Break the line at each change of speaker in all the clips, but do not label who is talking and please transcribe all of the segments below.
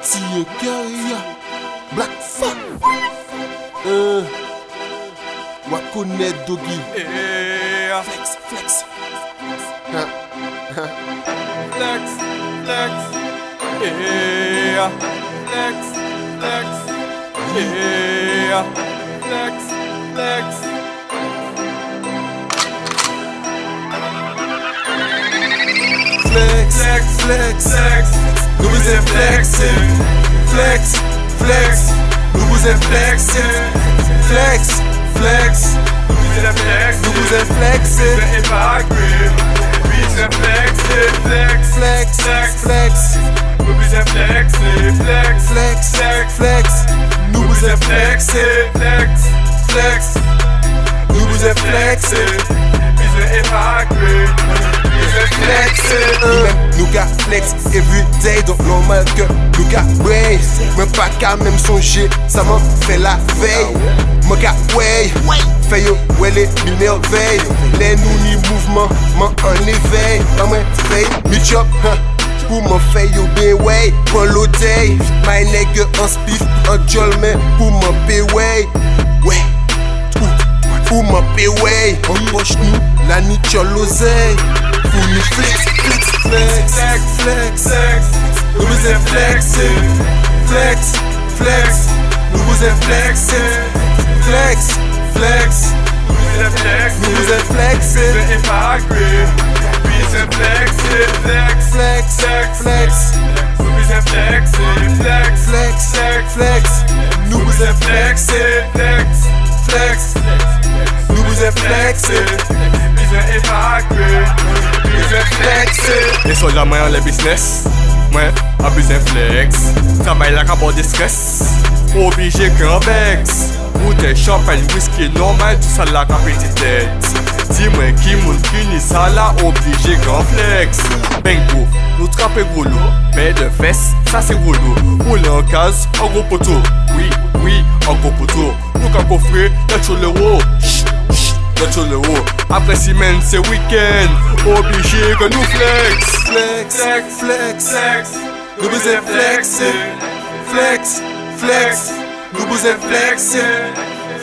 Siye Keria Black Fuck euh, Wakone Dogi Flex, flex Ha, ha.
Flex, flex, yeah. Flex, flex, yeah. Flex, flex.
Flex, flex, flex
Flex,
Nou bize flexin Flex, flex Nou bize flexin Flex, flex
nous est flex,
Nou bize flexin
nous est pas gris. Puis c'est flex, flex,
Flex, flex
nous est flex, flex,
Flex, flex Nou
nous
bize
est flex,
flexin
flex,
Flex Nou
nous
bize
est flex,
flexin
puis c'est pas gris. Puis c'est flex,
Mwen nou ka flex everyday Donk normal ke nou ka wey Mwen pa ka menm sonje Sa man fe la vey Mwen ka wey Fe yo wey le mine vey Le nou ni mouvman man an evey Pa mwen fey mi chop ha Pou mwen fey yo ben wey Pon lotey My nege an spif an jol men Pou mwen pe wey Wey Ou mwen pe wey An poch nou la ni chol lozey Pou nou flex flex flex
flex,
Flex
flex,
Nou
nous
bize
est flex,
flexin Flex, flex Nou bize flexin Flex, flex
nous est flex,
Nou bize
Je
flexin
n'ai pas cru Puis c'est flex, c'est flex
Flex, flex
Puis c'est flex, c'est flex
Flex, flex Nou bize
C'est flex,
flexin
c'est flex
Flex,
Nous vous êtes flex Puis je n'ai pas cru Puis c'est flex Les soldats moi les business Moi abusé flex Travail la cabot de stress Obligé qu'un vex Bouteille champagne, whisky normal Tout ça la capacité tête Dis-moi qui moun qui ni ça la obligé qu'un flex Bengo, nous trappe goulou Mais de fesses, ça c'est goulou Roule en case, en gros poteau Oui, oui, en gros poteau Nous qu'un coffret, t'as sur le haut Chut, chut, t'as sur le haut Après semaine, c'est week-end Obligé que nous flex
flex
Flex,
Flex,
flex
Nou bize flexin Flex, flex Nou bize flexin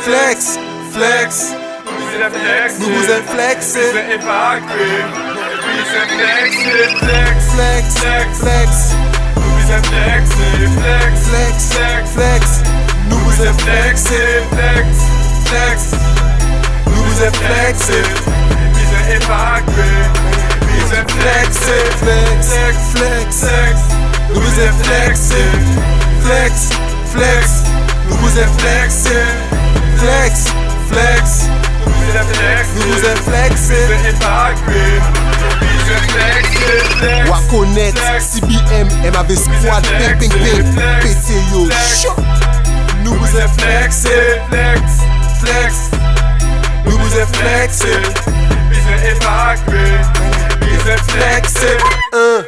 Flex, flex Nou bize flexin
Puis c'est pas Puis c'est flex, flex
Flex, flex
Nous c'est flex, flex
Flex, flex Nou bize flexin
flex
Flex Nou bize
flexer,
flexin
puis je évacuer, puis je flexer,
Flex, flex
flex,
Nou bize flexin Flex, flex Nou bize flexin Flex, flex
puis je
Nou
flexer,
bize flexin
je évacuer, puis je flexer, flex,
Wakonet, CBM, MAV Squad, ping ping ping, PTO, chou Nou
nous
bouze
est
flexin,
flexer, flex,
flex Nou bouze
flexer,
flexin,
puis je évacuer, puis je flexer.
uh.